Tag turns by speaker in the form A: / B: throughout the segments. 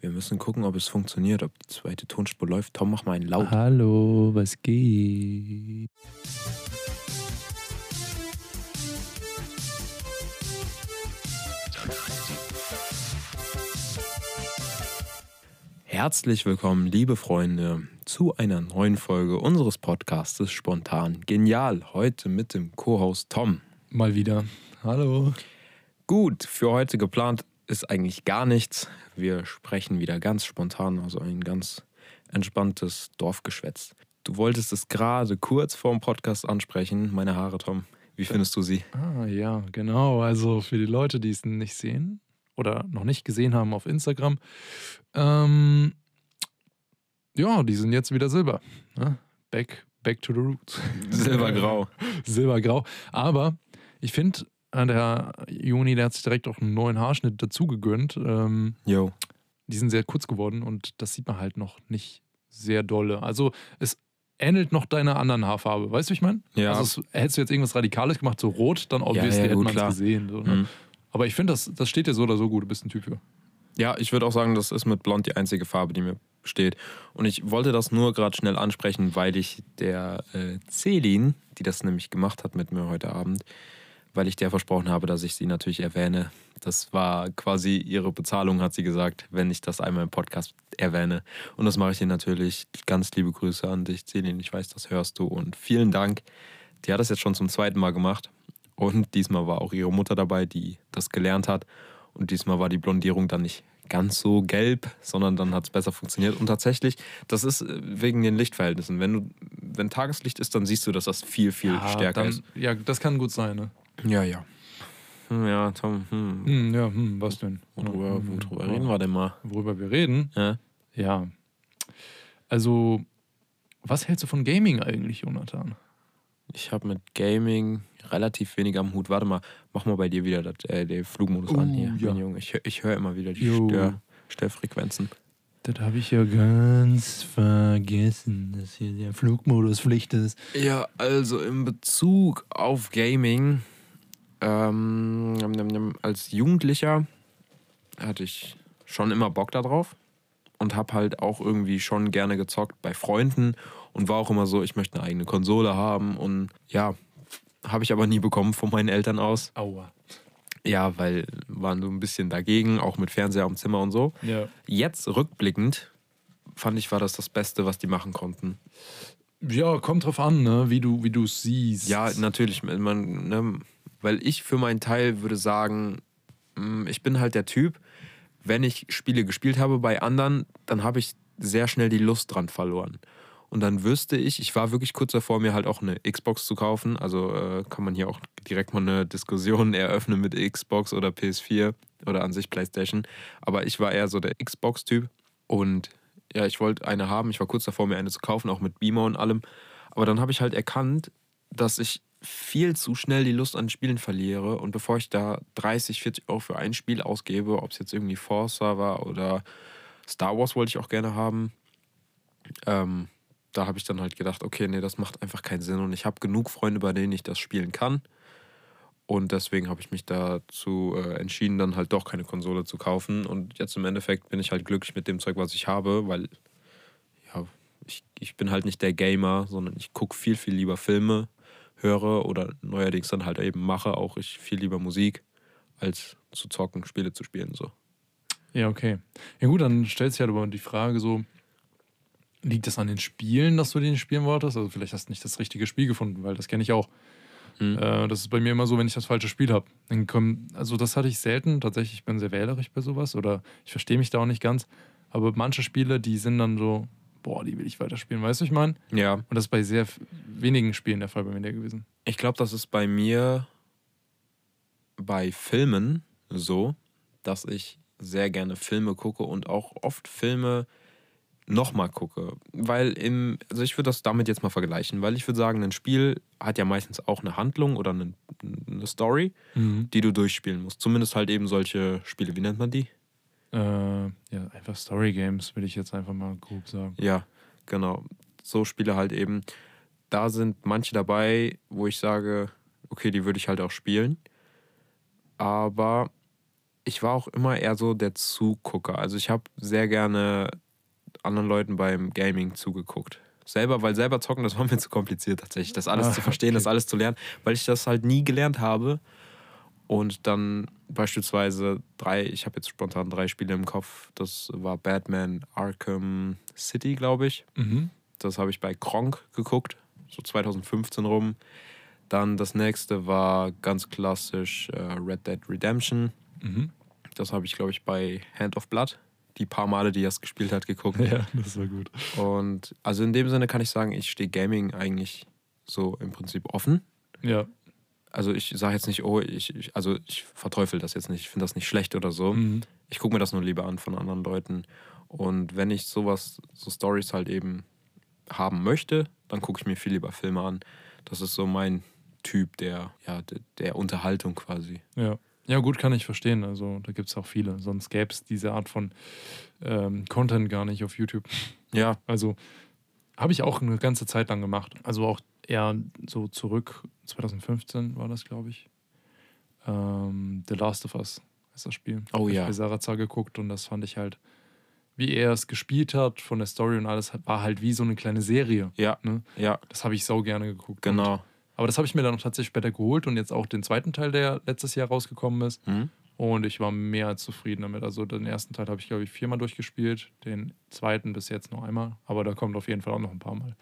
A: Wir müssen gucken, ob es funktioniert, ob die zweite Tonspur läuft. Tom, mach mal einen
B: Oh.
A: laut.
B: Hallo, was geht?
A: Herzlich willkommen, liebe Freunde, zu einer neuen Folge unseres Podcastes Spontan Genial. Heute mit dem Co-Host Tom.
B: Mal wieder. Hallo.
A: Gut, für heute geplant ist eigentlich gar nichts. Wir sprechen wieder ganz spontan, also ein ganz entspanntes Dorfgeschwätz. Du wolltest es gerade kurz vorm Podcast ansprechen, meine Haare, Tom. Wie findest du sie?
B: Ah ja, genau. Also für die Leute, die es nicht sehen oder noch nicht gesehen haben auf Instagram, ähm, ja, die sind jetzt wieder silber. ne? Back, back to the roots.
A: Silbergrau.
B: Silbergrau. Aber ich finde, der Juni, der hat sich direkt auch einen neuen Haarschnitt dazu gegönnt. Ähm,
A: Jo.
B: die sind sehr kurz geworden und das sieht man halt noch nicht sehr dolle. Also es ähnelt noch deiner anderen Haarfarbe, weißt du, wie ich meine?
A: Ja.
B: Also es, hättest du jetzt irgendwas Radikales gemacht, so rot, dann obviously
A: ja,
B: hätte
A: gut,
B: man es
A: klar.
B: gesehen. So, ne?
A: Mhm.
B: Aber ich finde, das, das steht dir so oder so gut, du bist ein Typ für.
A: Ja, ich würde auch sagen, das ist mit Blond die einzige Farbe, die mir steht. Und ich wollte das nur gerade schnell ansprechen, weil ich der äh, Celine, die das nämlich gemacht hat mit mir heute Abend, weil ich der versprochen habe, dass ich sie natürlich erwähne. Das war quasi ihre Bezahlung, hat sie gesagt, wenn ich das einmal im Podcast erwähne. Und das mache ich ihr natürlich. Ganz liebe Grüße an dich, Celine. Ich weiß, das hörst du. Und vielen Dank. Die hat das jetzt schon zum zweiten Mal gemacht. Und diesmal war auch ihre Mutter dabei, die das gelernt hat. Und diesmal war die Blondierung dann nicht ganz so gelb, sondern dann hat es besser funktioniert. Und tatsächlich, das ist äh, wegen den Lichtverhältnissen. Wenn, du, wenn Tageslicht ist, dann siehst du, dass das viel, viel stärker
B: dann,
A: ist.
B: Ja, das kann gut sein, ne?
A: Ja, ja. Hm, ja, Tom, hm.
B: Hm, ja, hm, was denn?
A: Worüber,
B: Hm,
A: worüber
B: ja.
A: reden wir denn mal?
B: Worüber wir reden?
A: Ja?
B: Ja. Also, was hältst du von Gaming eigentlich, Jonathan?
A: Ich habe mit Gaming relativ wenig am Hut. Warte mal, mach mal bei dir wieder das, äh, den Flugmodus
B: Oh,
A: an hier.
B: ja.
A: mein Junge. Ich, hö- ich höre immer wieder die
B: Jo.
A: Stör, Störfrequenzen.
B: Das habe ich ja ganz vergessen, dass hier der Flugmodus Pflicht ist.
A: Ja, also in Bezug auf Gaming, ähm, nam, nam, nam, als Jugendlicher hatte ich schon immer Bock darauf und habe halt auch irgendwie schon gerne gezockt bei Freunden und war auch immer so, ich möchte eine eigene Konsole haben und ja, habe ich aber nie bekommen von meinen Eltern aus.
B: Aua.
A: Ja, weil waren so ein bisschen dagegen, auch mit Fernseher am Zimmer und so.
B: Ja.
A: Jetzt rückblickend fand ich, war das das Beste, was die machen konnten.
B: Ja, kommt drauf an, ne? wie du wie du es siehst.
A: Ja, natürlich. Man, ne, weil ich für meinen Teil würde sagen, mm, ich bin halt der Typ, wenn ich Spiele gespielt habe bei anderen, dann habe ich sehr schnell die Lust dran verloren. Und dann wüsste ich, ich war wirklich kurz davor, mir halt auch eine Xbox zu kaufen. Also äh, kann man hier auch direkt mal eine Diskussion eröffnen mit Xbox oder PS4 oder an sich PlayStation. Aber ich war eher so der Xbox-Typ. Und ja, ich wollte eine haben. Ich war kurz davor, mir eine zu kaufen, auch mit Beamer und allem. Aber dann habe ich halt erkannt, dass ich viel zu schnell die Lust an Spielen verliere. Und bevor ich da 30, 40 Euro für ein Spiel ausgebe, ob es jetzt irgendwie Forza war oder Star Wars wollte ich auch gerne haben, ähm, da habe ich dann halt gedacht, okay, nee, das macht einfach keinen Sinn. Und ich habe genug Freunde, bei denen ich das spielen kann. Und deswegen habe ich mich dazu äh, entschieden, dann halt doch keine Konsole zu kaufen. Und jetzt im Endeffekt bin ich halt glücklich mit dem Zeug, was ich habe, weil ja, ich, ich bin halt nicht der Gamer, sondern ich gucke viel, viel lieber Filme, höre oder neuerdings dann halt eben mache auch ich viel lieber Musik, als zu zocken, Spiele zu spielen. So.
B: Ja, okay. Ja, gut, dann stellt sich halt aber die Frage so: Liegt das an den Spielen, dass du den spielen wolltest? Also, vielleicht hast du nicht das richtige Spiel gefunden, weil das kenne ich auch. Äh, das ist bei mir immer so, wenn ich das falsche Spiel habe. Dann kommen, also, das hatte ich selten. Tatsächlich, ich bin sehr wählerisch bei sowas oder ich verstehe mich da auch nicht ganz. Aber manche Spiele, die sind dann so: Boah, die will ich weiterspielen. Weißt du, ich meine?
A: Ja,
B: Und das ist bei sehr f- wenigen Spielen der Fall bei mir gewesen.
A: Ich glaube, das ist bei mir bei Filmen so, dass ich sehr gerne Filme gucke und auch oft Filme nochmal gucke. Weil im, also ich würde das damit jetzt mal vergleichen, weil ich würde sagen, ein Spiel hat ja meistens auch eine Handlung oder eine, eine Story, die du durchspielen musst. Zumindest halt eben solche Spiele, wie nennt man die?
B: Äh, ja, einfach Story Games, will ich jetzt einfach mal grob sagen.
A: Ja, genau. So Spiele halt eben. Da sind manche dabei, wo ich sage, okay, die würde ich halt auch spielen. Aber ich war auch immer eher so der Zugucker. Also ich habe sehr gerne anderen Leuten beim Gaming zugeguckt. Selber, weil selber zocken, das war mir zu kompliziert tatsächlich, das alles
B: Ah,
A: zu verstehen, das alles zu lernen, weil ich das halt nie gelernt habe. Und dann beispielsweise drei, ich habe jetzt spontan drei Spiele im Kopf. Das war Batman Arkham City, glaube ich.
B: Mhm.
A: Das habe ich bei Kronk geguckt, so 2015 rum. Dann das nächste war ganz klassisch äh, Red Dead Redemption.
B: Mhm.
A: Das habe ich, glaube ich, bei Hand of Blood, die paar Male, die er es gespielt hat, geguckt.
B: Ja, das war gut.
A: Und also in dem Sinne kann ich sagen, ich stehe Gaming eigentlich so im Prinzip offen.
B: Ja.
A: Also ich sage jetzt nicht, oh, ich, ich also ich verteufel das jetzt nicht, ich finde das nicht schlecht oder so.
B: Mhm.
A: Ich gucke mir das nur lieber an von anderen Leuten. Und wenn ich sowas, so Stories halt eben haben möchte, dann gucke ich mir viel lieber Filme an. Das ist so mein Typ der, ja, der, der Unterhaltung quasi.
B: Ja. Ja, gut, kann ich verstehen. Also, da gibt es auch viele. Sonst gäbe es diese Art von ähm, Content gar nicht auf YouTube.
A: Ja,
B: Also, habe ich auch eine ganze Zeit lang gemacht. Also, auch eher so zurück, 2015 war das, glaube ich. Ähm, The Last of Us ist das Spiel.
A: Oh
B: Hab
A: ja.
B: Ich bei Sarazar geguckt und das fand ich halt, wie er es gespielt hat, von der Story und alles, war halt wie so eine kleine Serie.
A: ja,
B: Ne?
A: ja,
B: Das habe ich sau gerne geguckt. ne?
A: genau.
B: Aber das habe ich mir dann auch tatsächlich später geholt und jetzt auch den zweiten Teil, der letztes Jahr rausgekommen ist.
A: Hm?
B: Und ich war mehr als zufrieden damit. Also den ersten Teil habe ich, glaube ich, viermal durchgespielt, den zweiten bis jetzt nur einmal. Aber da kommt auf jeden Fall auch noch ein paar Mal.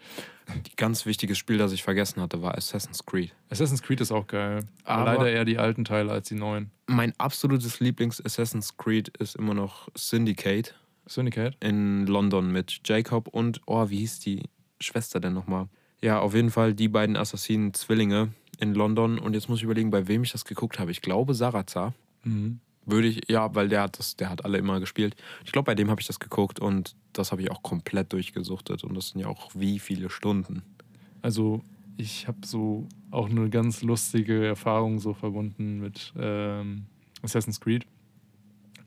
A: Ganz wichtiges Spiel, das ich vergessen hatte, war Assassin's Creed.
B: Assassin's Creed ist auch geil. Aber
A: Aber-
B: leider eher die alten Teile als die neuen.
A: Mein absolutes Lieblings-Assassin's Creed ist immer noch Syndicate
B: Syndicate?
A: in London mit Jacob und, oh, wie hieß die Schwester denn nochmal? Ja, auf jeden Fall die beiden Assassinen-Zwillinge in London. Und jetzt muss ich überlegen, bei wem ich das geguckt habe. Ich glaube, Sarazar.
B: Mhm.
A: Würde ich, ja, weil der hat das, der hat alle immer gespielt. Ich glaube, bei dem habe ich das geguckt und das habe ich auch komplett durchgesuchtet. Und das sind ja auch wie viele Stunden.
B: Also ich habe so auch eine ganz lustige Erfahrung so verbunden mit ähm, Assassin's Creed.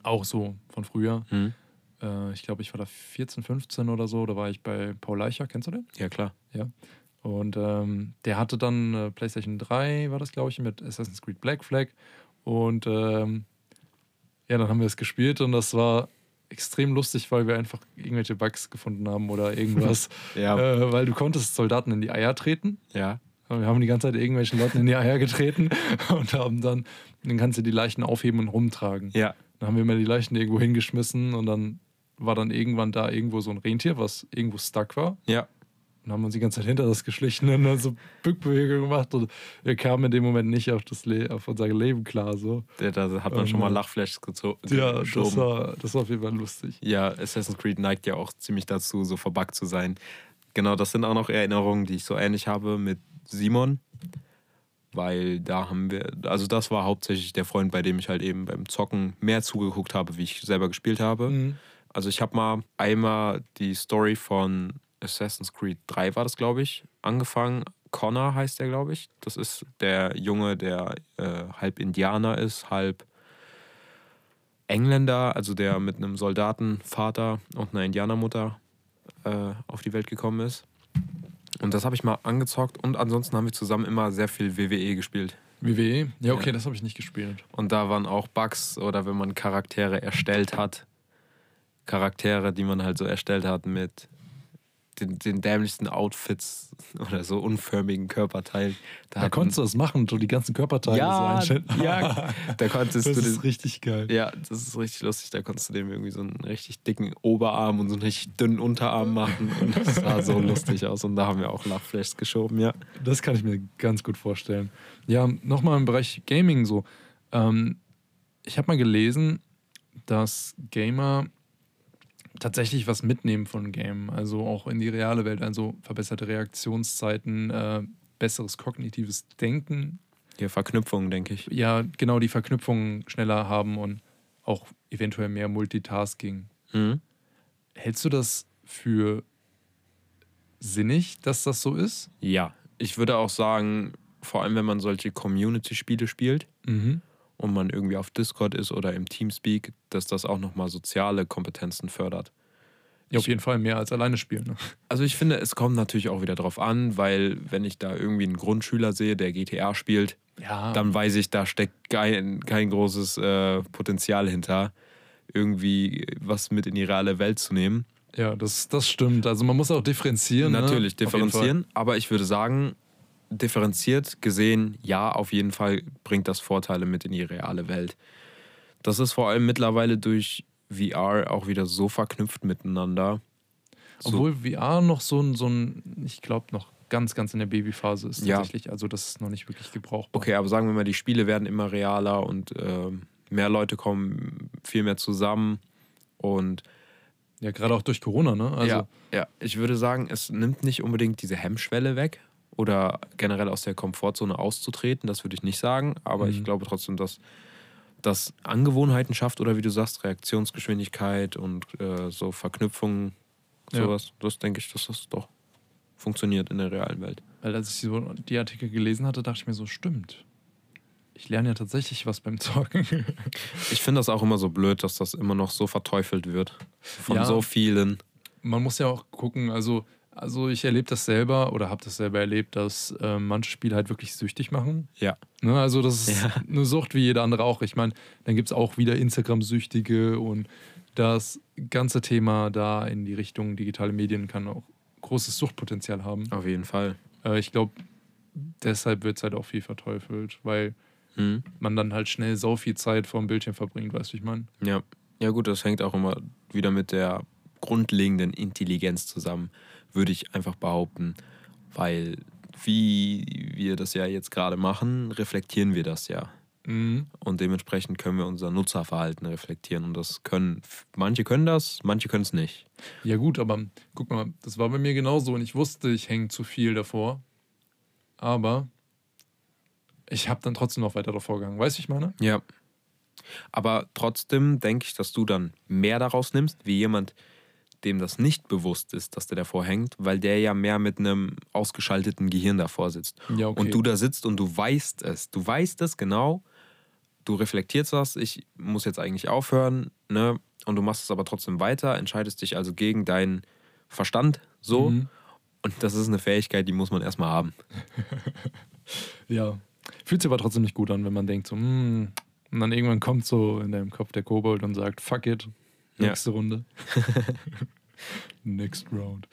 B: Auch so von früher.
A: Hm?
B: Äh, ich glaube, ich war da 14, 15 oder so. Da war ich bei Paul Leicher. Kennst du den?
A: Ja, klar.
B: Und ähm, der hatte dann äh, PlayStation 3, war das, glaube ich, mit Assassin's Creed Black Flag. Und ähm, ja, dann haben wir es gespielt und das war extrem lustig, weil wir einfach irgendwelche Bugs gefunden haben oder irgendwas.
A: Ja.
B: äh, weil du konntest Soldaten in die Eier treten.
A: ja.
B: Wir haben die ganze Zeit irgendwelchen Leuten in die Eier getreten und haben dann, dann kannst du die Leichen aufheben und rumtragen.
A: Ja.
B: Dann haben wir immer die Leichen irgendwo hingeschmissen und dann war dann irgendwann da irgendwo so ein Rentier, was irgendwo stuck war.
A: Ja.
B: Und haben uns die ganze Zeit hinter das geschlichen und dann so Bückbewegungen gemacht. Und wir kamen in dem Moment nicht auf, das Le auf unser Leben klar. So.
A: Der, da hat man
B: Ähm,
A: schon mal Lachflashes gezogen.
B: Ja, das war, das war auf jeden Fall lustig.
A: ja, Assassin's Creed neigt ja auch ziemlich dazu, so verbuggt zu sein. Genau, das sind auch noch Erinnerungen, die ich so ähnlich habe mit Simon. Weil da haben wir, also das war hauptsächlich der Freund, bei dem ich halt eben beim Zocken mehr zugeguckt habe, wie ich selber gespielt habe.
B: Hm,
A: Also ich habe mal einmal die Story von Assassin's Creed 3 war das, glaube ich, angefangen. Connor heißt der, glaube ich. Das ist der Junge, der äh, halb Indianer ist, halb Engländer, also der mit einem Soldatenvater und einer Indianermutter äh, auf die Welt gekommen ist. Und das habe ich mal angezockt und ansonsten haben wir zusammen immer sehr viel WWE gespielt.
B: WWE? E? Ja, okay,
A: Ja.
B: das habe ich nicht gespielt.
A: Und da waren auch Bugs oder wenn man Charaktere erstellt hat, Charaktere, die man halt so erstellt hat mit den, den dämlichsten Outfits oder so unförmigen Körperteilen.
B: Da,
A: hat man-
B: konntest du das machen, so die ganzen Körperteile so
A: ja,
B: einstellen.
A: ja, da konntest
B: Das
A: du den,
B: ist richtig geil.
A: ja, das ist richtig lustig. Da konntest du dem irgendwie so einen richtig dicken Oberarm und so einen richtig dünnen Unterarm machen. Und das sah so lustig aus. Und da haben wir auch Lachflashs geschoben, ja.
B: Das kann ich mir ganz gut vorstellen. Ja, nochmal im Bereich Gaming so. Ähm, ich habe mal gelesen, dass Gamer tatsächlich was mitnehmen von Game, also auch in die reale Welt, also verbesserte Reaktionszeiten, äh, besseres kognitives Denken,
A: Hier Verknüpfung, denke ich.
B: ja genau die Verknüpfungen schneller haben und auch eventuell mehr Multitasking.
A: Mhm.
B: Hältst du das für sinnig, dass das so ist?
A: Ja, ich würde auch sagen, vor allem wenn man solche Community-Spiele spielt
B: Mhm.
A: und man irgendwie auf Discord ist oder im Teamspeak, dass das auch nochmal soziale Kompetenzen fördert.
B: Ja, auf jeden Fall mehr als alleine spielen. Ne?
A: Also ich finde, es kommt natürlich auch wieder drauf an, weil wenn ich da irgendwie einen Grundschüler sehe, der GTA spielt,
B: Ja.
A: dann weiß ich, da steckt kein, kein großes äh, Potenzial hinter, irgendwie was mit in die reale Welt zu nehmen.
B: ja, das, das stimmt. Also man muss auch differenzieren.
A: Natürlich
B: ne? Auf jeden Fall.
A: differenzieren, aber ich würde sagen, differenziert gesehen, ja, auf jeden Fall bringt das Vorteile mit in die reale Welt. Das ist vor allem mittlerweile durch VR auch wieder so verknüpft miteinander. So-
B: Obwohl VR noch so ein, so ein ich glaube, noch ganz, ganz in der Babyphase ist
A: Ja.
B: tatsächlich. Also das ist noch nicht wirklich gebrauchbar.
A: Okay, aber sagen wir mal, die Spiele werden immer realer und ähm, mehr Leute kommen viel mehr zusammen und
B: Ja, gerade auch durch Corona, ne? Also,
A: ja, ja, ich würde sagen, es nimmt nicht unbedingt diese Hemmschwelle weg oder generell aus der Komfortzone auszutreten, das würde ich nicht sagen, aber ich
B: Mhm.
A: glaube trotzdem, dass das Angewohnheiten schafft oder wie du sagst, Reaktionsgeschwindigkeit und äh, so Verknüpfungen,
B: Ja.
A: sowas, das denke ich, dass das doch funktioniert in der realen Welt.
B: Weil als ich so die Artikel gelesen hatte, dachte ich mir so, stimmt. Ich lerne ja tatsächlich was beim Zocken.
A: Ich finde das auch immer so blöd, dass das immer noch so verteufelt wird von
B: Ja.
A: so vielen.
B: man muss ja auch gucken, also, also ich erlebe das selber oder habe das selber erlebt, dass äh, manche Spiele halt wirklich süchtig machen.
A: Ja.
B: Ne, also das ist
A: Ja.
B: eine Sucht wie jeder andere auch. Ich meine, dann gibt es auch wieder Instagram-Süchtige und das ganze Thema da in die Richtung digitale Medien kann auch großes Suchtpotenzial haben.
A: Auf jeden Fall.
B: Äh, ich glaube, deshalb wird es halt auch viel verteufelt, weil
A: Hm.
B: man dann halt schnell so viel Zeit vorm Bildschirm verbringt, weißt du, wie ich meine?
A: Ja. ja, gut, das hängt auch immer wieder mit der grundlegenden Intelligenz zusammen, würde ich einfach behaupten. Weil, wie wir das ja jetzt gerade machen, reflektieren wir das ja.
B: Mhm.
A: Und dementsprechend können wir unser Nutzerverhalten reflektieren. Und das können, manche können das, manche können es nicht.
B: Ja, gut, aber guck mal, das war bei mir genauso und ich wusste, ich hänge zu viel davor. Aber ich habe dann trotzdem noch weiter davor gegangen. Weißt du, wie ich meine?
A: Ja. Aber trotzdem denke ich, dass du dann mehr daraus nimmst, wie jemand, dem das nicht bewusst ist, dass der davor hängt, weil der ja mehr mit einem ausgeschalteten Gehirn davor sitzt.
B: Ja, okay.
A: Und du da sitzt und du weißt es. Du weißt es genau. Du reflektierst das. Ich muss jetzt eigentlich aufhören. Ne? Und du machst es aber trotzdem weiter, entscheidest dich also gegen deinen Verstand so.
B: Mhm.
A: Und das ist eine Fähigkeit, die muss man erstmal haben.
B: Ja. Fühlt sich aber trotzdem nicht gut an, wenn man denkt so, hm. Und dann irgendwann kommt so in deinem Kopf der Kobold und sagt, fuck it,
A: Ja.
B: nächste Runde. Next round.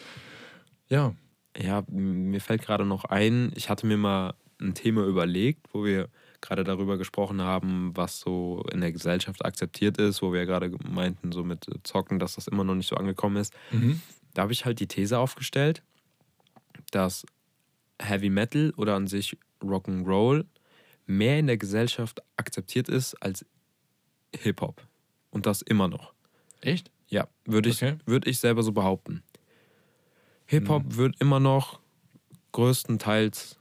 B: Ja,
A: Ja, m- mir fällt gerade noch ein, ich hatte mir mal ein Thema überlegt, wo wir gerade darüber gesprochen haben, was so in der Gesellschaft akzeptiert ist, wo wir gerade meinten, so mit äh, Zocken, dass das immer noch nicht so angekommen ist.
B: mhm.
A: Da habe ich halt die These aufgestellt, dass Heavy Metal oder an sich Rock'n'Roll mehr in der Gesellschaft akzeptiert ist als Hip-Hop. Und das immer noch.
B: echt?
A: Ja, würde ich,
B: Okay.
A: würd ich selber so behaupten. Hip-Hop wird immer noch größtenteils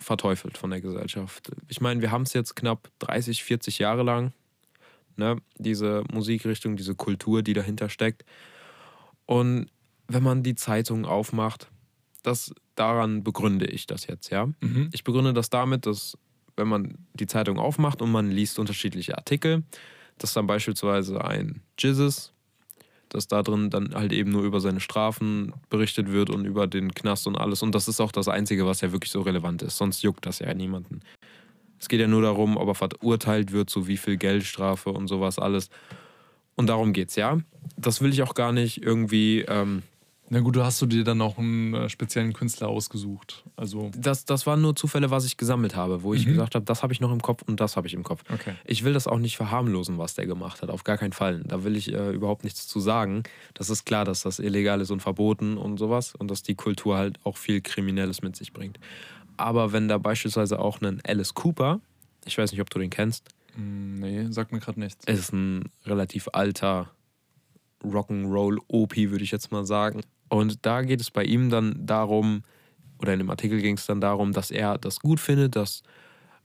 A: verteufelt von der Gesellschaft. Ich meine, wir haben es jetzt knapp 30, 40 Jahre lang, ne? diese Musikrichtung, diese Kultur, die dahinter steckt. Und wenn man die Zeitungen aufmacht, das, daran begründe ich das jetzt, ja.
B: Mhm.
A: Ich begründe das damit, dass wenn man die Zeitung aufmacht und man liest unterschiedliche Artikel, dass dann beispielsweise ein Jizzes, dass da drin dann halt eben nur über seine Strafen berichtet wird und über den Knast und alles. Und das ist auch das Einzige, was ja wirklich so relevant ist. Sonst juckt das ja niemanden. Es geht ja nur darum, ob er verurteilt wird, so wie viel Geldstrafe und sowas alles. Und darum geht's, ja. Das will ich auch gar nicht irgendwie. Ähm,
B: Na gut, du hast du dir dann auch einen äh, speziellen Künstler ausgesucht. Also,
A: das, das waren nur Zufälle, was ich gesammelt habe, wo ich gesagt habe, das habe ich noch im Kopf und das habe ich im Kopf.
B: okay.
A: Ich will das auch nicht verharmlosen, was der gemacht hat, auf gar keinen Fall. Da will ich äh, überhaupt nichts zu sagen. Das ist klar, dass das illegal ist und verboten und sowas und dass die Kultur halt auch viel Kriminelles mit sich bringt. Aber wenn da beispielsweise auch ein Alice Cooper, ich weiß nicht, ob du den kennst,
B: Mm, Nee, sagt mir gerade nichts.
A: ist ein relativ alter Rock'n'Roll-OP, würde ich jetzt mal sagen. Und da geht es bei ihm dann darum, oder in dem Artikel ging es dann darum, dass er das gut findet, dass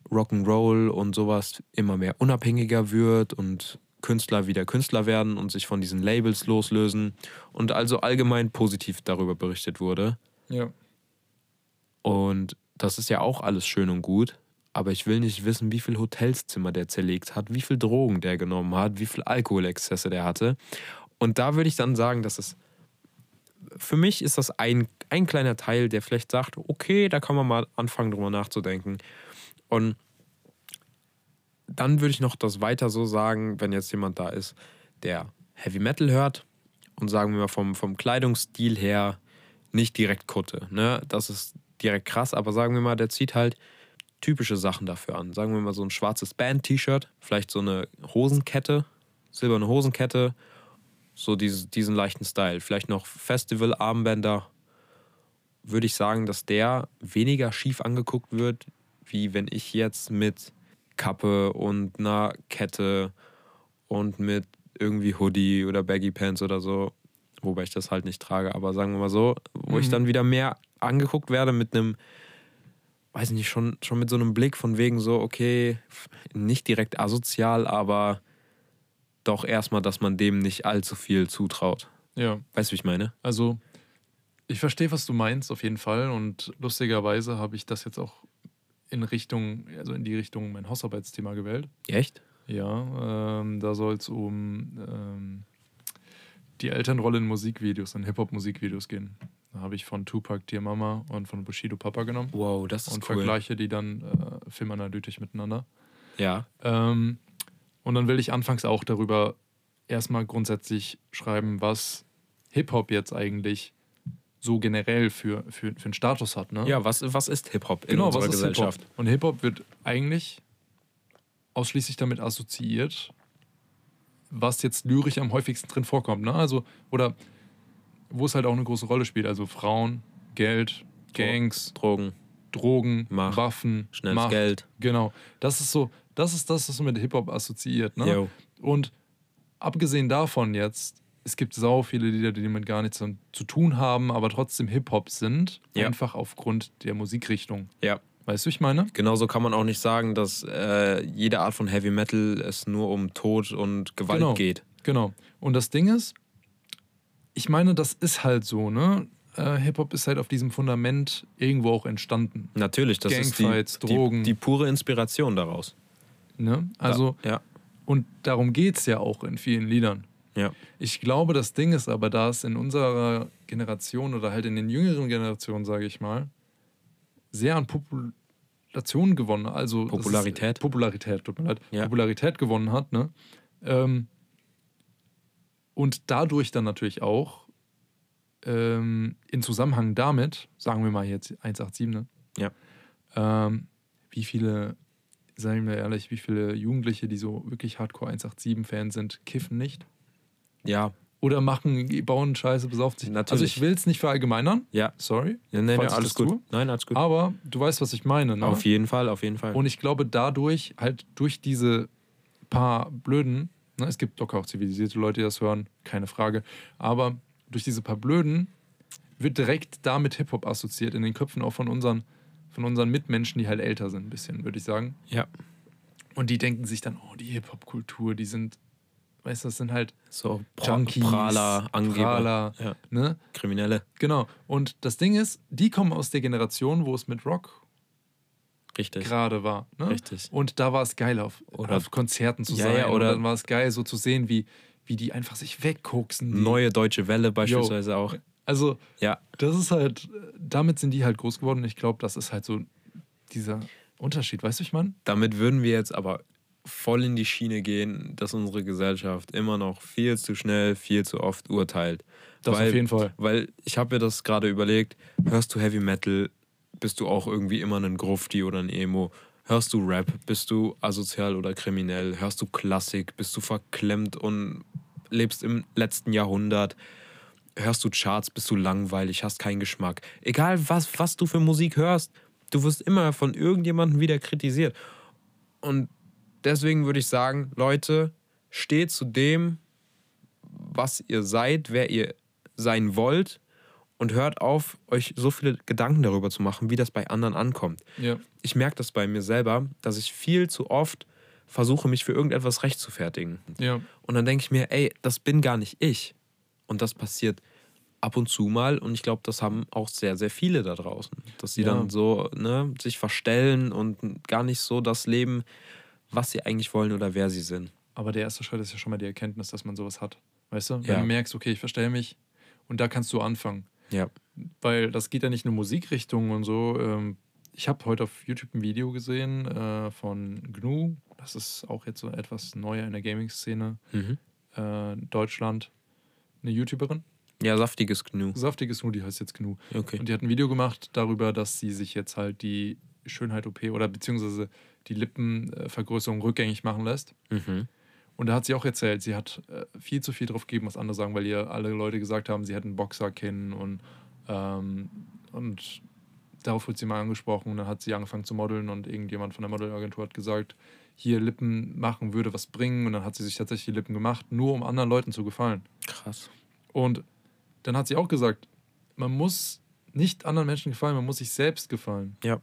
A: Rock'n'Roll und sowas immer mehr unabhängiger wird und Künstler wieder Künstler werden und sich von diesen Labels loslösen und also allgemein positiv darüber berichtet wurde.
B: Ja.
A: Und das ist ja auch alles schön und gut. Aber ich will nicht wissen, wie viel Hotelszimmer der zerlegt hat, wie viel Drogen der genommen hat, wie viel Alkoholexzesse der hatte. Und da würde ich dann sagen, dass es für mich ist das ein, ein kleiner Teil, der vielleicht sagt, okay, da kann man mal anfangen, drüber nachzudenken. Und dann würde ich noch das weiter so sagen, wenn jetzt jemand da ist, der Heavy Metal hört und sagen wir mal vom, vom Kleidungsstil her nicht direkt Kutte. Ne? Das ist direkt krass, aber sagen wir mal, der zieht halt typische Sachen dafür an. Sagen wir mal so ein schwarzes Band-T-Shirt, vielleicht so eine Hosenkette, silberne Hosenkette, so diese, diesen leichten Style. Vielleicht noch Festival-Armbänder. Würde ich sagen, dass der weniger schief angeguckt wird, wie wenn ich jetzt mit Kappe und einer Kette und mit irgendwie Hoodie oder Baggy Pants oder so, wobei ich das halt nicht trage, aber sagen wir mal so, wo ich
B: Mhm.
A: dann wieder mehr angeguckt werde mit einem, weiß nicht, schon, schon mit so einem Blick von wegen so, okay, nicht direkt asozial, aber doch erstmal, dass man dem nicht allzu viel zutraut.
B: Ja,
A: Weißt du, wie ich meine?
B: also ich verstehe, was du meinst, auf jeden Fall. Und lustigerweise habe ich das jetzt auch in Richtung, also in die Richtung mein Hausarbeitsthema gewählt.
A: Echt?
B: Ja, ähm, da soll es um ähm, die Elternrolle in Musikvideos, in Hip-Hop-Musikvideos gehen. Da habe ich von Tupac Dear Mama und von Bushido Papa genommen
A: Wow, das ist
B: und
A: cool.
B: vergleiche die dann äh, filmanalytisch miteinander.
A: Ja,
B: Ähm, und dann will ich anfangs auch darüber erstmal grundsätzlich schreiben, was Hip-Hop jetzt eigentlich so generell für, für, für einen Status hat. Ne?
A: ja was, was ist Hip-Hop in
B: genau,
A: unserer
B: was ist Hip-Hop?
A: Gesellschaft?
B: Und Hip-Hop wird eigentlich ausschließlich damit assoziiert, was jetzt lyrisch am häufigsten drin vorkommt. Ne? Also, oder wo es halt auch eine große Rolle spielt. Also Frauen, Geld, Gangs,
A: Drogen,
B: Drogen,
A: Macht.
B: Waffen,
A: schnelles
B: Macht.
A: Geld.
B: Genau. Das ist so, das ist das, was man mit Hip-Hop assoziiert. Ne?
A: Yo.
B: Und abgesehen davon jetzt, es gibt sau viele Lieder, die damit gar nichts zu tun haben, aber trotzdem Hip-Hop sind,
A: Ja.
B: einfach aufgrund der Musikrichtung.
A: Ja.
B: Weißt du, ich meine?
A: Genauso kann man auch nicht sagen, dass äh, jede Art von Heavy Metal es nur um Tod und Gewalt
B: Genau.
A: geht.
B: Genau. Und das Ding ist, ich meine, das ist halt so, ne? Äh, Hip-Hop ist halt auf diesem Fundament irgendwo auch entstanden.
A: Natürlich, das ist die,
B: Gangfights, Drogen.
A: Die, die pure Inspiration daraus.
B: Ne? Also,
A: ja,
B: und darum geht es ja auch in vielen Liedern.
A: ja,
B: Ich glaube, das Ding ist aber, da es in unserer Generation oder halt in den jüngeren Generationen, sage ich mal, sehr an Population gewonnen, also das ist-
A: Popularität.
B: Popularität, tut mir leid,
A: Ja.
B: Popularität gewonnen hat, ne? Ähm, und dadurch dann natürlich auch ähm, in Zusammenhang damit, sagen wir mal jetzt 187, ne?
A: Ja.
B: Ähm, wie viele, sagen wir ehrlich, wie viele Jugendliche, die so wirklich Hardcore 187-Fans sind, kiffen nicht?
A: ja,
B: oder machen, bauen Scheiße, besaufen sich. Also
A: Natürlich.
B: ich will es nicht verallgemeinern,
A: ja.
B: sorry,
A: Nein, nein,
B: Falls ich
A: alles
B: das
A: gut.
B: tue?
A: Nein, alles gut.
B: aber du weißt, was ich meine. Ne?
A: Auf jeden Fall, auf jeden Fall.
B: Und ich glaube dadurch, halt durch diese paar Blöden, ne, es gibt locker auch zivilisierte Leute, die das hören, keine Frage, aber durch diese paar Blöden wird direkt damit Hip-Hop assoziiert, in den Köpfen auch von unseren, von unseren Mitmenschen, die halt älter sind, ein bisschen, würde ich sagen.
A: ja,
B: Und die denken sich dann, oh, die Hip-Hop-Kultur, die sind, weißt du, das sind halt
A: so Pra-
B: Junkies,
A: Prahler, Angeber,
B: Prahler,
A: Ja.
B: ne?
A: Kriminelle,
B: Genau. Und das Ding ist, die kommen aus der Generation, wo es mit Rock
A: richtig.
B: gerade war. Ne?
A: Richtig.
B: Und da war es geil, auf,
A: Oder-
B: auf Konzerten zu
A: Ja,
B: sein.
A: ja,
B: und
A: oder-
B: dann war es geil, so zu sehen, wie, wie die einfach sich wegkoksen. Die,
A: Neue deutsche Welle beispielsweise auch.
B: Also,
A: Ja,
B: das ist halt, damit sind die halt groß geworden. Und ich glaube, das ist halt so dieser Unterschied. Weißt du, ich meine?
A: damit würden wir jetzt aber voll in die Schiene gehen, dass unsere Gesellschaft immer noch viel zu schnell, viel zu oft urteilt.
B: Das auf jeden Fall.
A: Weil ich habe mir das gerade überlegt, hörst du Heavy Metal, bist du auch irgendwie immer ein Grufti oder ein Emo? Hörst du Rap, bist du asozial oder kriminell? Hörst du Klassik, bist du verklemmt und lebst im letzten Jahrhundert? Hörst du Charts, bist du langweilig, hast keinen Geschmack. Egal was, was du für Musik hörst, du wirst immer von irgendjemandem wieder kritisiert. Und deswegen würde ich sagen, Leute, steht zu dem, was ihr seid, wer ihr sein wollt und hört auf, euch so viele Gedanken darüber zu machen, wie das bei anderen ankommt.
B: Ja.
A: Ich merke das bei mir selber, dass ich viel zu oft versuche, mich für irgendetwas recht zu fertigen.
B: Ja.
A: Und dann denke ich mir, ey, das bin gar nicht ich. Und das passiert ab und zu mal. Und ich glaube, das haben auch sehr, sehr viele da draußen. Dass sie
B: Ja.
A: dann so ne, sich verstellen und gar nicht so das leben, was sie eigentlich wollen oder wer sie sind.
B: Aber der erste Schritt ist ja schon mal die Erkenntnis, dass man sowas hat. Weißt du? Wenn
A: Ja.
B: du merkst, okay, ich verstehe mich und da kannst du anfangen.
A: Ja.
B: Weil das geht ja nicht nur Musikrichtungen und so. Ähm, ich habe heute auf YouTube ein Video gesehen äh, von GNU. Das ist auch jetzt so etwas neuer in der Gaming-Szene.
A: Mhm.
B: Äh, Deutschland. Eine YouTuberin.
A: Ja, saftiges Gnu.
B: Saftiges GNU, die heißt jetzt GNU.
A: Okay.
B: Und die hat ein Video gemacht darüber, dass sie sich jetzt halt die Schönheit-OP oder beziehungsweise die Lippenvergrößerung rückgängig machen lässt.
A: Mhm.
B: Und da hat sie auch erzählt, sie hat äh, viel zu viel drauf gegeben, was andere sagen, weil ihr alle Leute gesagt haben, sie hätten ein Boxerkinn und, ähm, und darauf wurde sie mal angesprochen und dann hat sie angefangen zu modeln und irgendjemand von der Modelagentur hat gesagt, hier Lippen machen würde was bringen und dann hat sie sich tatsächlich die Lippen gemacht, nur um anderen Leuten zu gefallen.
A: Krass.
B: Und dann hat sie auch gesagt, man muss nicht anderen Menschen gefallen, man muss sich selbst gefallen.
A: Ja.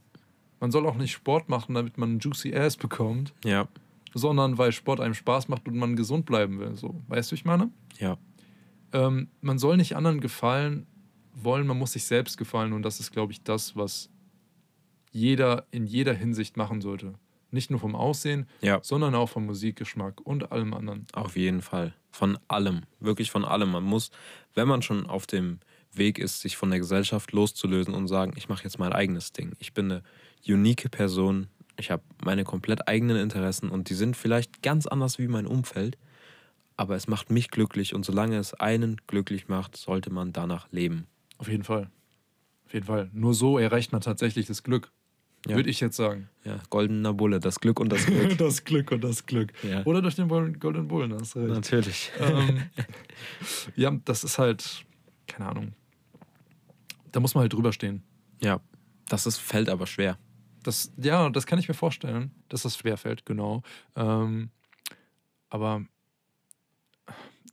B: Man soll auch nicht Sport machen, damit man einen juicy Ass bekommt,
A: Ja.
B: sondern weil Sport einem Spaß macht und man gesund bleiben will. So, weißt du, ich meine?
A: Ja.
B: Ähm, man soll nicht anderen gefallen wollen, man muss sich selbst gefallen und das ist, glaube ich, das, was jeder in jeder Hinsicht machen sollte. Nicht nur vom Aussehen,
A: Ja.
B: sondern auch vom Musikgeschmack und allem anderen.
A: Auf jeden Fall. Von allem. Wirklich von allem. Man muss, wenn man schon auf dem Weg ist, sich von der Gesellschaft loszulösen und sagen, ich mache jetzt mein eigenes Ding. Ich bin eine unique Person. Ich habe meine komplett eigenen Interessen und die sind vielleicht ganz anders wie mein Umfeld. Aber es macht mich glücklich und solange es einen glücklich macht, sollte man danach leben.
B: Auf jeden Fall. Auf jeden Fall. Nur so erreicht man tatsächlich das Glück.
A: Ja.
B: Würde ich jetzt sagen.
A: Ja, goldener Bulle, das Glück und das Glück.
B: das Glück und das Glück.
A: Ja.
B: Oder durch den Bull- Golden Bullen, hast du recht.
A: Natürlich.
B: ähm, ja, das ist halt, keine Ahnung. Da muss man halt drüber stehen.
A: Ja, das ist, fällt aber schwer.
B: Das, ja, das kann ich mir vorstellen, dass das schwerfällt, genau. Ähm, aber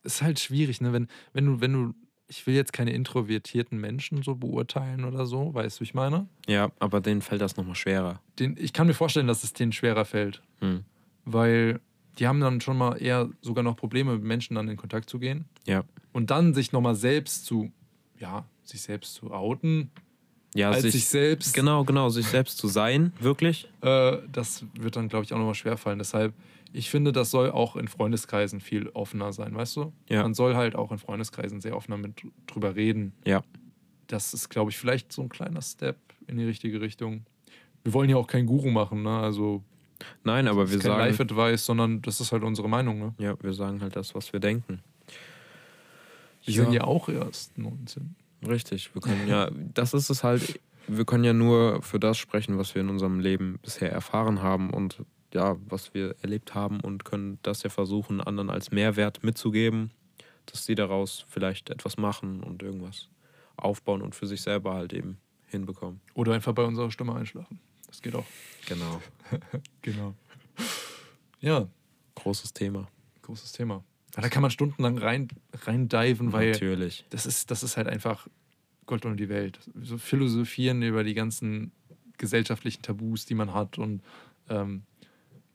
B: es ist halt schwierig, ne? Wenn, wenn du, wenn du, ich will jetzt keine introvertierten Menschen so beurteilen oder so, weißt du, wie ich meine?
A: Ja, aber denen fällt das nochmal schwerer.
B: Den, ich kann mir vorstellen, dass es denen schwerer fällt.
A: Hm.
B: weil die haben dann schon mal eher sogar noch Probleme, mit Menschen dann in Kontakt zu gehen
A: Ja.
B: und dann sich nochmal selbst zu, ja, sich selbst zu outen,
A: Ja,
B: als
A: sich-
B: sich, selbst,
A: Genau, genau, sich selbst zu sein, wirklich.
B: äh, das wird dann, glaube ich, auch nochmal schwerfallen. Deshalb, ich finde, das soll auch in Freundeskreisen viel offener sein, weißt du?
A: Ja.
B: Man soll halt auch in Freundeskreisen sehr offener mit drüber reden.
A: Ja.
B: Das ist, glaube ich, vielleicht so ein kleiner Step in die richtige Richtung. Wir wollen ja auch keinen Guru machen, ne? Also
A: Nein, aber wir
B: das ist kein
A: sagen,
B: Life-Advice, sondern das ist halt unsere Meinung, ne?
A: ja, wir sagen halt das, was wir denken.
B: Wir sind ja auch erst 19.
A: richtig. Wir können ja, das ist es halt. Wir können ja nur für das sprechen, was wir in unserem Leben bisher erfahren haben und ja, was wir erlebt haben und können das ja versuchen, anderen als Mehrwert mitzugeben, dass sie daraus vielleicht etwas machen und irgendwas aufbauen und für sich selber halt eben hinbekommen.
B: Oder einfach bei unserer Stimme einschlafen. Das geht auch.
A: Genau.
B: Genau. Ja,
A: Großes Thema.
B: großes Thema. Ja, da kann man stundenlang rein, rein diven, weil
A: Natürlich.
B: das ist, das ist halt einfach Gott und die Welt. So philosophieren über die ganzen gesellschaftlichen Tabus, die man hat und ähm,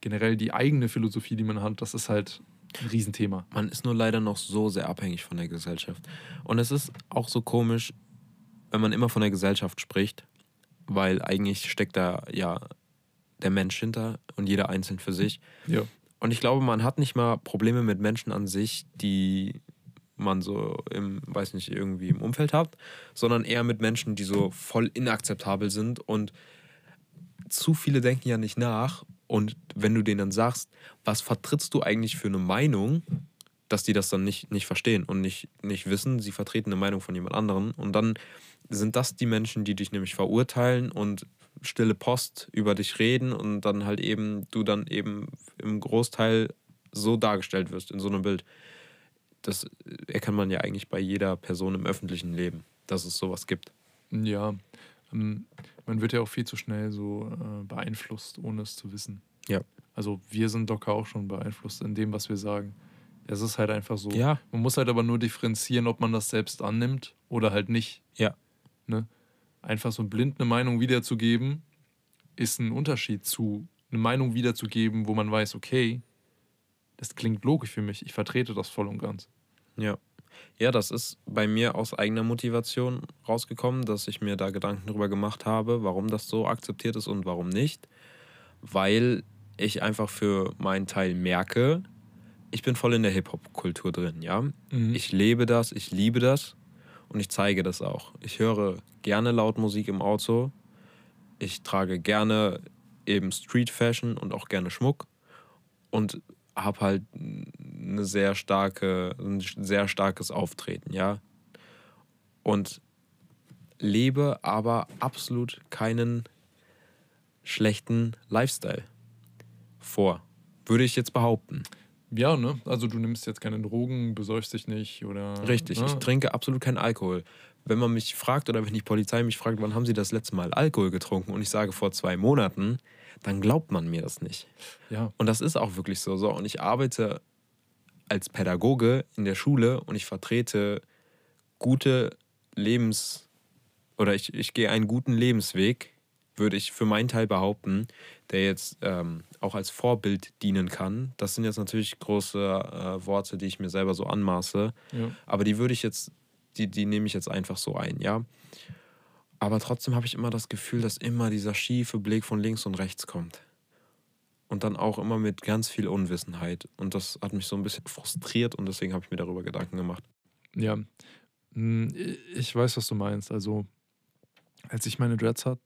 B: generell die eigene Philosophie, die man hat, das ist halt ein Riesenthema.
A: Man ist nur leider noch so sehr abhängig von der Gesellschaft. Und es ist auch so komisch, wenn man immer von der Gesellschaft spricht, weil eigentlich steckt da ja der Mensch hinter und jeder einzeln für sich.
B: Ja.
A: Und ich glaube, man hat nicht mal Probleme mit Menschen an sich, die man so im, weiß nicht, irgendwie im Umfeld hat, sondern eher mit Menschen, die so voll inakzeptabel sind und zu viele denken ja nicht nach. Und wenn du denen dann sagst, was vertrittst du eigentlich für eine Meinung, dass die das dann nicht, nicht verstehen und nicht, nicht wissen, sie vertreten eine Meinung von jemand anderem. Und dann sind das die Menschen, die dich nämlich verurteilen und stille Post über dich reden und dann halt eben, du dann eben im Großteil so dargestellt wirst in so einem Bild. Das erkennt man ja eigentlich bei jeder Person im öffentlichen Leben, dass es sowas gibt.
B: Ja. Ähm, man wird ja auch viel zu schnell so äh, beeinflusst, ohne es zu wissen.
A: Ja.
B: Also wir sind locker auch schon beeinflusst in dem, was wir sagen. Es ist halt einfach so.
A: Ja.
B: Man muss halt aber nur differenzieren, ob man das selbst annimmt oder halt nicht.
A: Ja.
B: Ne? Einfach so blind eine Meinung wiederzugeben, ist ein Unterschied zu eine Meinung wiederzugeben, wo man weiß, okay, das klingt logisch für mich, ich vertrete das voll und ganz.
A: Ja. Ja, das ist bei mir aus eigener Motivation rausgekommen, dass ich mir da Gedanken drüber gemacht habe, warum das so akzeptiert ist und warum nicht. Weil ich einfach für meinen Teil merke, Mhm.
B: Mhm.
A: ich bin voll in der Hip-Hop-Kultur drin, ja. Ich lebe das, ich liebe das. und ich zeige das auch. Ich höre gerne laut Musik im Auto. Ich trage gerne eben Street Fashion und auch gerne Schmuck und habe halt eine sehr starke, ein sehr starkes Auftreten, ja. Und lebe aber absolut keinen schlechten Lifestyle vor, würde ich jetzt behaupten.
B: Ja, ne? Also du nimmst jetzt keine Drogen, besäufst dich nicht oder.
A: Richtig,
B: ne?
A: ich trinke absolut keinen Alkohol. Wenn man mich fragt oder wenn die Polizei mich fragt, wann haben Sie das letzte Mal Alkohol getrunken und ich sage vor zwei Monaten, dann glaubt man mir das nicht.
B: Ja.
A: Und das ist auch wirklich so. so. Und ich arbeite als Pädagoge in der Schule und ich vertrete gute Lebens- oder ich, ich gehe einen guten Lebensweg, würde ich für meinen Teil behaupten, der jetzt ähm, auch als Vorbild dienen kann. Das sind jetzt natürlich große äh, Worte, die ich mir selber so anmaße,
B: ja.
A: aber die würde ich jetzt, die, die nehme ich jetzt einfach so ein, ja. Aber trotzdem habe ich immer das Gefühl, dass immer dieser schiefe Blick von links und rechts kommt. Und dann auch immer mit ganz viel Unwissenheit. Und das hat mich so ein bisschen frustriert und deswegen habe ich mir darüber Gedanken gemacht.
B: Ja, Mm, i- ich weiß, was du meinst. Also, als ich meine Dreads hatte,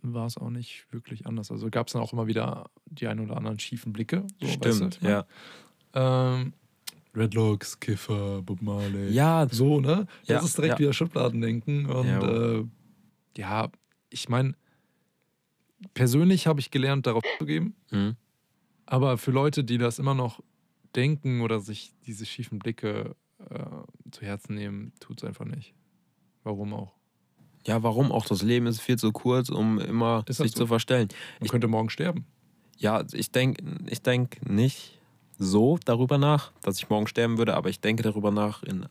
B: war es auch nicht wirklich anders. Also gab es dann auch immer wieder die ein oder anderen schiefen Blicke. So, Oh, weißt du, ich mein?
A: ja.
B: Ähm, Redlocks, Kiffer, Bob Marley.
A: Ja,
B: So, ne? Das
A: Ja,
B: ist direkt
A: ja.
B: wieder Schubladendenken. Und
A: Ja.
B: ja, äh, ja ich meine, persönlich habe ich gelernt, darauf zu geben.
A: hm,
B: Aber für Leute, die das immer noch denken oder sich diese schiefen Blicke äh, zu Herzen nehmen, tut es einfach nicht. Warum auch?
A: ja, warum auch? Das Leben ist viel zu kurz, um immer
B: Ist das
A: sich
B: so?
A: zu verstellen.
B: Man
A: Ich-
B: könnte morgen sterben.
A: Ja, ich denke ich denk nicht so darüber nach, dass ich morgen sterben würde, aber ich denke darüber nach in,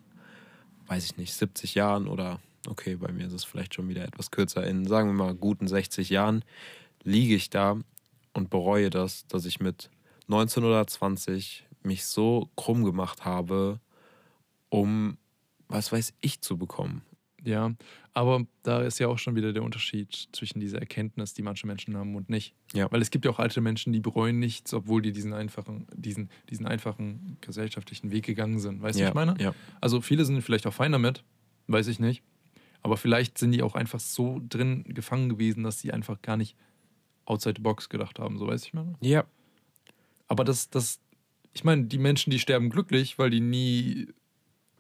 A: weiß ich nicht, 70 Jahren oder, okay, bei mir ist es vielleicht schon wieder etwas kürzer, in, sagen wir mal, guten 60 Jahren liege ich da und bereue das, dass ich mit 19 oder 20 mich so krumm gemacht habe, um, was weiß ich, zu bekommen.
B: Ja, aber da ist ja auch schon wieder der Unterschied zwischen dieser Erkenntnis, die manche Menschen haben und nicht.
A: Ja.
B: Weil es gibt ja auch alte Menschen, die bereuen nichts, obwohl die diesen einfachen, diesen, diesen einfachen gesellschaftlichen Weg gegangen sind. Weißt du,
A: ja,
B: was ich meine?
A: Ja.
B: Also viele sind vielleicht auch fein damit, weiß ich nicht. Aber vielleicht sind die auch einfach so drin gefangen gewesen, dass sie einfach gar nicht outside the box gedacht haben, so weiß ich meine.
A: ja,
B: Aber das, das, ich meine, die Menschen, die sterben glücklich, weil die nie,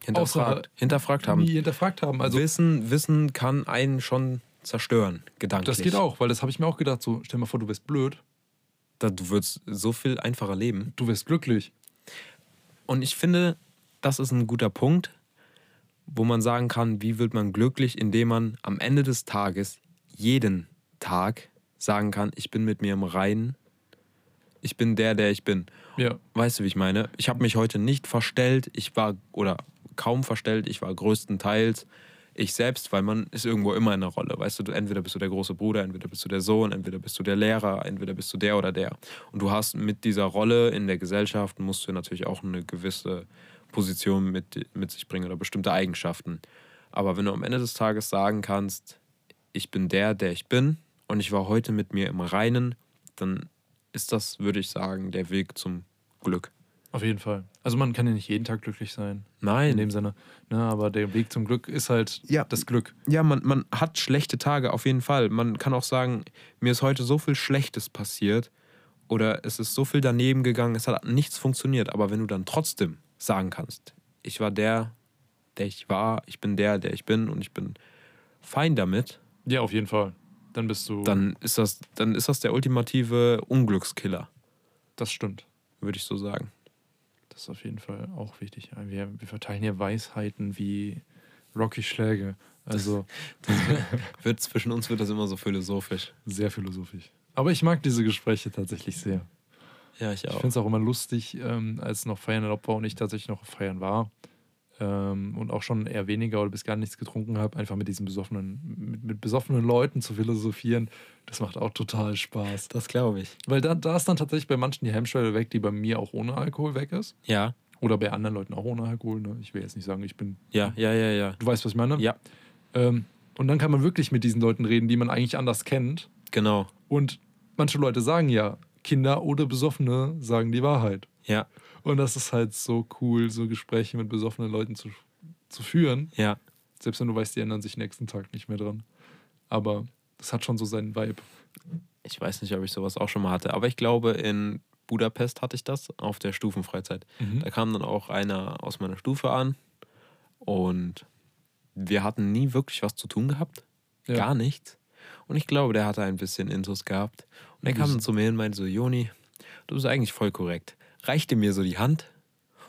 A: hinterfragt,
B: Außer-
A: hinterfragt haben.
B: nie hinterfragt haben. Also
A: Wissen, Wissen kann einen schon zerstören, gedanklich.
B: das geht auch, weil das habe ich mir auch gedacht, so, stell mal vor, du wärst blöd,
A: Da, du würdest so viel einfacher leben.
B: du wärst glücklich.
A: Und ich finde, das ist ein guter Punkt, wo man sagen kann, wie wird man glücklich, indem man am Ende des Tages jeden Tag sagen kann, ich bin mit mir im Reinen, ich bin der, der ich bin.
B: Ja,
A: Weißt du, wie ich meine? Ich habe mich heute nicht verstellt. Ich war, oder kaum verstellt, ich war größtenteils ich selbst, weil man ist irgendwo immer in einer Rolle. Weißt du, du, entweder bist du der große Bruder, entweder bist du der Sohn, entweder bist du der Lehrer, entweder bist du der oder der. Und du hast mit dieser Rolle in der Gesellschaft, musst du natürlich auch eine gewisse Position mit, mit sich bringen oder bestimmte Eigenschaften. Aber wenn du am Ende des Tages sagen kannst, ich bin der, der ich bin und ich war heute mit mir im Reinen, dann ist das, würde ich sagen, der Weg zum Glück.
B: auf jeden Fall. Also man kann ja nicht jeden Tag glücklich sein, in
A: Nein.
B: dem Sinne. Ne, aber der Weg zum Glück ist halt
A: Ja.
B: das Glück.
A: ja, man, man hat schlechte Tage, auf jeden Fall. Man kann auch sagen, mir ist heute so viel Schlechtes passiert oder es ist so viel daneben gegangen, es hat nichts funktioniert. Aber wenn du dann trotzdem sagen kannst, ich war der, der ich war, ich bin der, der ich bin und ich bin fein damit,
B: Ja, auf jeden Fall. Dann bist du,
A: dann ist das, dann ist das der ultimative Unglückskiller,
B: das stimmt.
A: würde ich so sagen.
B: Das ist auf jeden Fall auch wichtig. Wir, wir verteilen hier Weisheiten wie Rocky Schläge. Also
A: Wird, zwischen uns wird das immer so philosophisch.
B: sehr philosophisch. Aber ich mag diese Gespräche tatsächlich sehr.
A: Ja, ich
B: Ich
A: auch.
B: finde es auch immer lustig, ähm, als noch Feiern erlaubt war und ich tatsächlich noch feiern war ähm, und auch schon eher weniger oder bis gar nichts getrunken habe, einfach mit diesen besoffenen, mit, mit besoffenen Leuten zu philosophieren, das macht auch total Spaß.
A: das glaube ich.
B: Weil da, da ist dann tatsächlich bei manchen die Hemmschwelle weg, die bei mir auch ohne Alkohol weg ist.
A: Ja,
B: Oder bei anderen Leuten auch ohne Alkohol. Ne? Ich will jetzt nicht sagen, ich bin.
A: ja, ja, ja, ja.
B: Du weißt, was ich meine?
A: Ja,
B: Ähm, und dann kann man wirklich mit diesen Leuten reden, die man eigentlich anders kennt.
A: genau.
B: Und manche Leute sagen ja, Kinder oder Besoffene sagen die Wahrheit.
A: Ja,
B: Und das ist halt so cool, so Gespräche mit besoffenen Leuten zu, zu führen,
A: ja.
B: Selbst wenn du weißt, die ändern sich nächsten Tag nicht mehr dran. Aber das hat schon so seinen Vibe.
A: Ich weiß nicht, ob ich sowas auch schon mal hatte, aber ich glaube, in Budapest hatte ich das auf der Stufenfreizeit. Da kam dann auch einer aus meiner Stufe an und wir hatten nie wirklich was zu tun gehabt.
B: Ja.
A: Gar nichts. Und ich glaube, der hatte ein bisschen Intus gehabt. Und er
B: Ein
A: kam dann
B: bisschen.
A: zu mir hin und meinte so, Joni, du bist eigentlich voll korrekt. Reichte mir so die Hand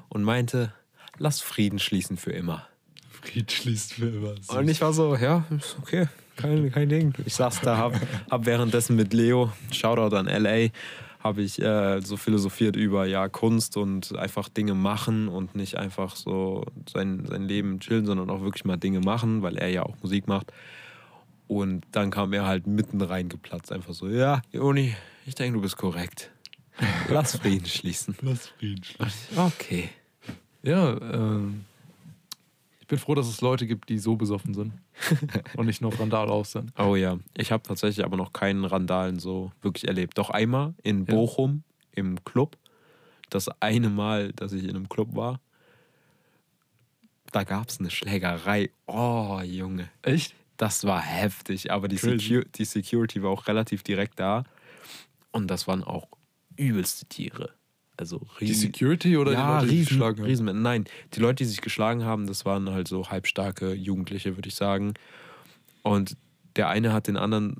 A: und meinte, lass Frieden schließen für immer.
B: Fried schließt für immer. Süß.
A: Und ich war so, ja, ist okay, kein, kein Ding. Ich saß da, hab, hab währenddessen mit Leo, Shoutout an LA, habe ich äh, so philosophiert über ja Kunst und einfach Dinge machen und nicht einfach so sein, sein Leben chillen, sondern auch wirklich mal Dinge machen, weil er ja auch Musik macht. Und dann kam er halt mitten reingeplatzt, einfach so, ja, Joni, ich denke, du bist korrekt. Lass Frieden schließen.
B: Lass Frieden schließen.
A: Okay.
B: Ja, ähm, ich bin froh, dass es Leute gibt, die so besoffen sind und nicht nur Randal auf sind.
A: Oh ja, ich habe tatsächlich aber noch keinen Randalen so wirklich erlebt. Doch einmal in
B: Ja.
A: Bochum im Club. Das eine Mal, dass ich in einem Club war, da gab es eine Schlägerei. Oh, Junge,
B: Echt?
A: das war heftig. Aber die,
B: Crazy.
A: Secu die Security war auch relativ direkt da. Und das waren auch übelste Tiere. Also
B: Die
A: riesen,
B: Security oder
A: ja,
B: die Leute, die
A: riesen,
B: geschlagen haben?
A: riesen, Nein, die Leute, die sich geschlagen haben, das waren halt so halbstarke Jugendliche, würde ich sagen. Und der eine hat den anderen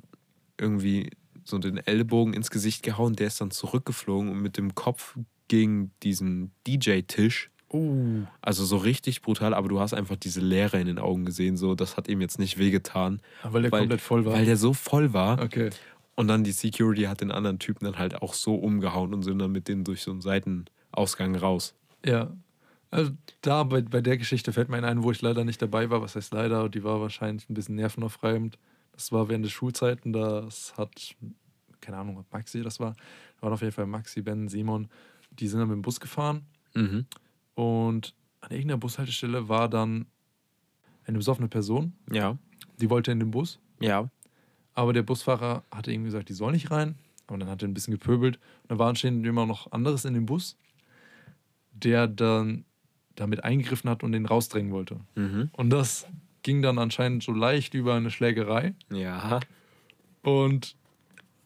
A: irgendwie so den Ellbogen ins Gesicht gehauen, der ist dann zurückgeflogen und mit dem Kopf gegen diesen DJ-Tisch.
B: Oh.
A: Also so richtig brutal, aber du hast einfach diese Leere in den Augen gesehen, so das hat ihm jetzt nicht wehgetan.
B: Weil der komplett voll war.
A: Weil der so voll war.
B: Okay.
A: Und dann die Security hat den anderen Typen dann halt auch so umgehauen und sind dann mit denen durch so einen Seitenausgang raus.
B: Ja. Also da bei, bei der Geschichte fällt mir ein, ein, wo ich leider nicht dabei war. Was heißt leider? Die war wahrscheinlich ein bisschen nervenaufreibend. Das war während der Schulzeiten. Das hat, keine Ahnung, ob Maxi das war. Da waren auf jeden Fall Maxi, Ben, Simon. Die sind dann mit dem Bus gefahren
A: Mhm.
B: und an irgendeiner Bushaltestelle war dann eine besoffene Person.
A: Ja.
B: Die wollte in den Bus,
A: Ja.
B: aber der Busfahrer hatte irgendwie gesagt, die soll nicht rein. Aber dann hat er ein bisschen gepöbelt. Und da war anscheinend immer noch anderes in dem Bus, der dann damit eingegriffen hat und den rausdrängen wollte.
A: Mhm.
B: Und das ging dann anscheinend so leicht über eine Schlägerei.
A: Ja.
B: Und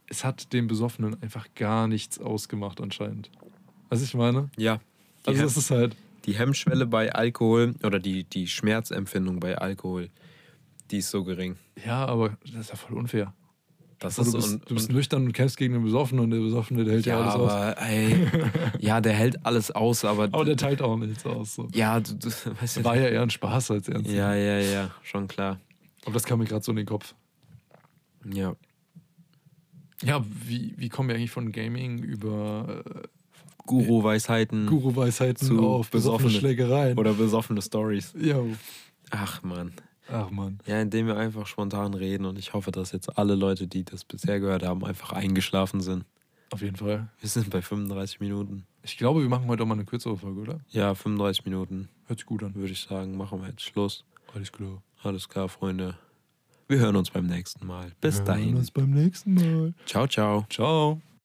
B: es hat dem Besoffenen einfach gar nichts ausgemacht anscheinend. Was ich meine?
A: Ja. Die,
B: Also
A: Hem
B: das ist halt,
A: die Hemmschwelle bei Alkohol oder die, die Schmerzempfindung bei Alkohol, die ist so gering.
B: ja, aber das ist ja voll unfair.
A: Das
B: Also
A: ist
B: du bist,
A: und,
B: du bist
A: und,
B: nüchtern und kämpfst gegen den Besoffenen und der Besoffene, der hält ja,
A: ja,
B: alles aus.
A: aber, ey, ja, der hält alles aus, aber,
B: Aber der teilt auch nichts aus. So.
A: ja, du, du, weißt du,
B: War ja eher ein Spaß als ernst.
A: ja, ja, ja, schon klar.
B: Aber das kam mir gerade so in den Kopf.
A: Ja.
B: Ja, wie, wie kommen wir eigentlich von Gaming über
A: Guru-Weisheiten
B: äh, Guru-Weisheiten
A: Zu
B: auf besoffene
A: Besoffene.
B: Schlägereien?
A: oder besoffene Stories.
B: Ja.
A: Ach man.
B: Ach man.
A: Ja, indem wir einfach spontan reden und ich hoffe, dass jetzt alle Leute, die das bisher gehört haben, einfach eingeschlafen sind.
B: Auf jeden Fall.
A: Wir sind bei 35 Minuten.
B: Ich glaube, wir machen heute auch mal eine kürzere Folge, oder?
A: Ja, 35 Minuten
B: Hört sich gut an.
A: würde ich sagen, machen wir jetzt Schluss.
B: Alles klar.
A: Alles klar, Freunde. Wir hören uns beim nächsten Mal. Bis
B: Wir hören
A: dahin.
B: uns beim nächsten Mal.
A: Ciao, ciao.
B: Ciao.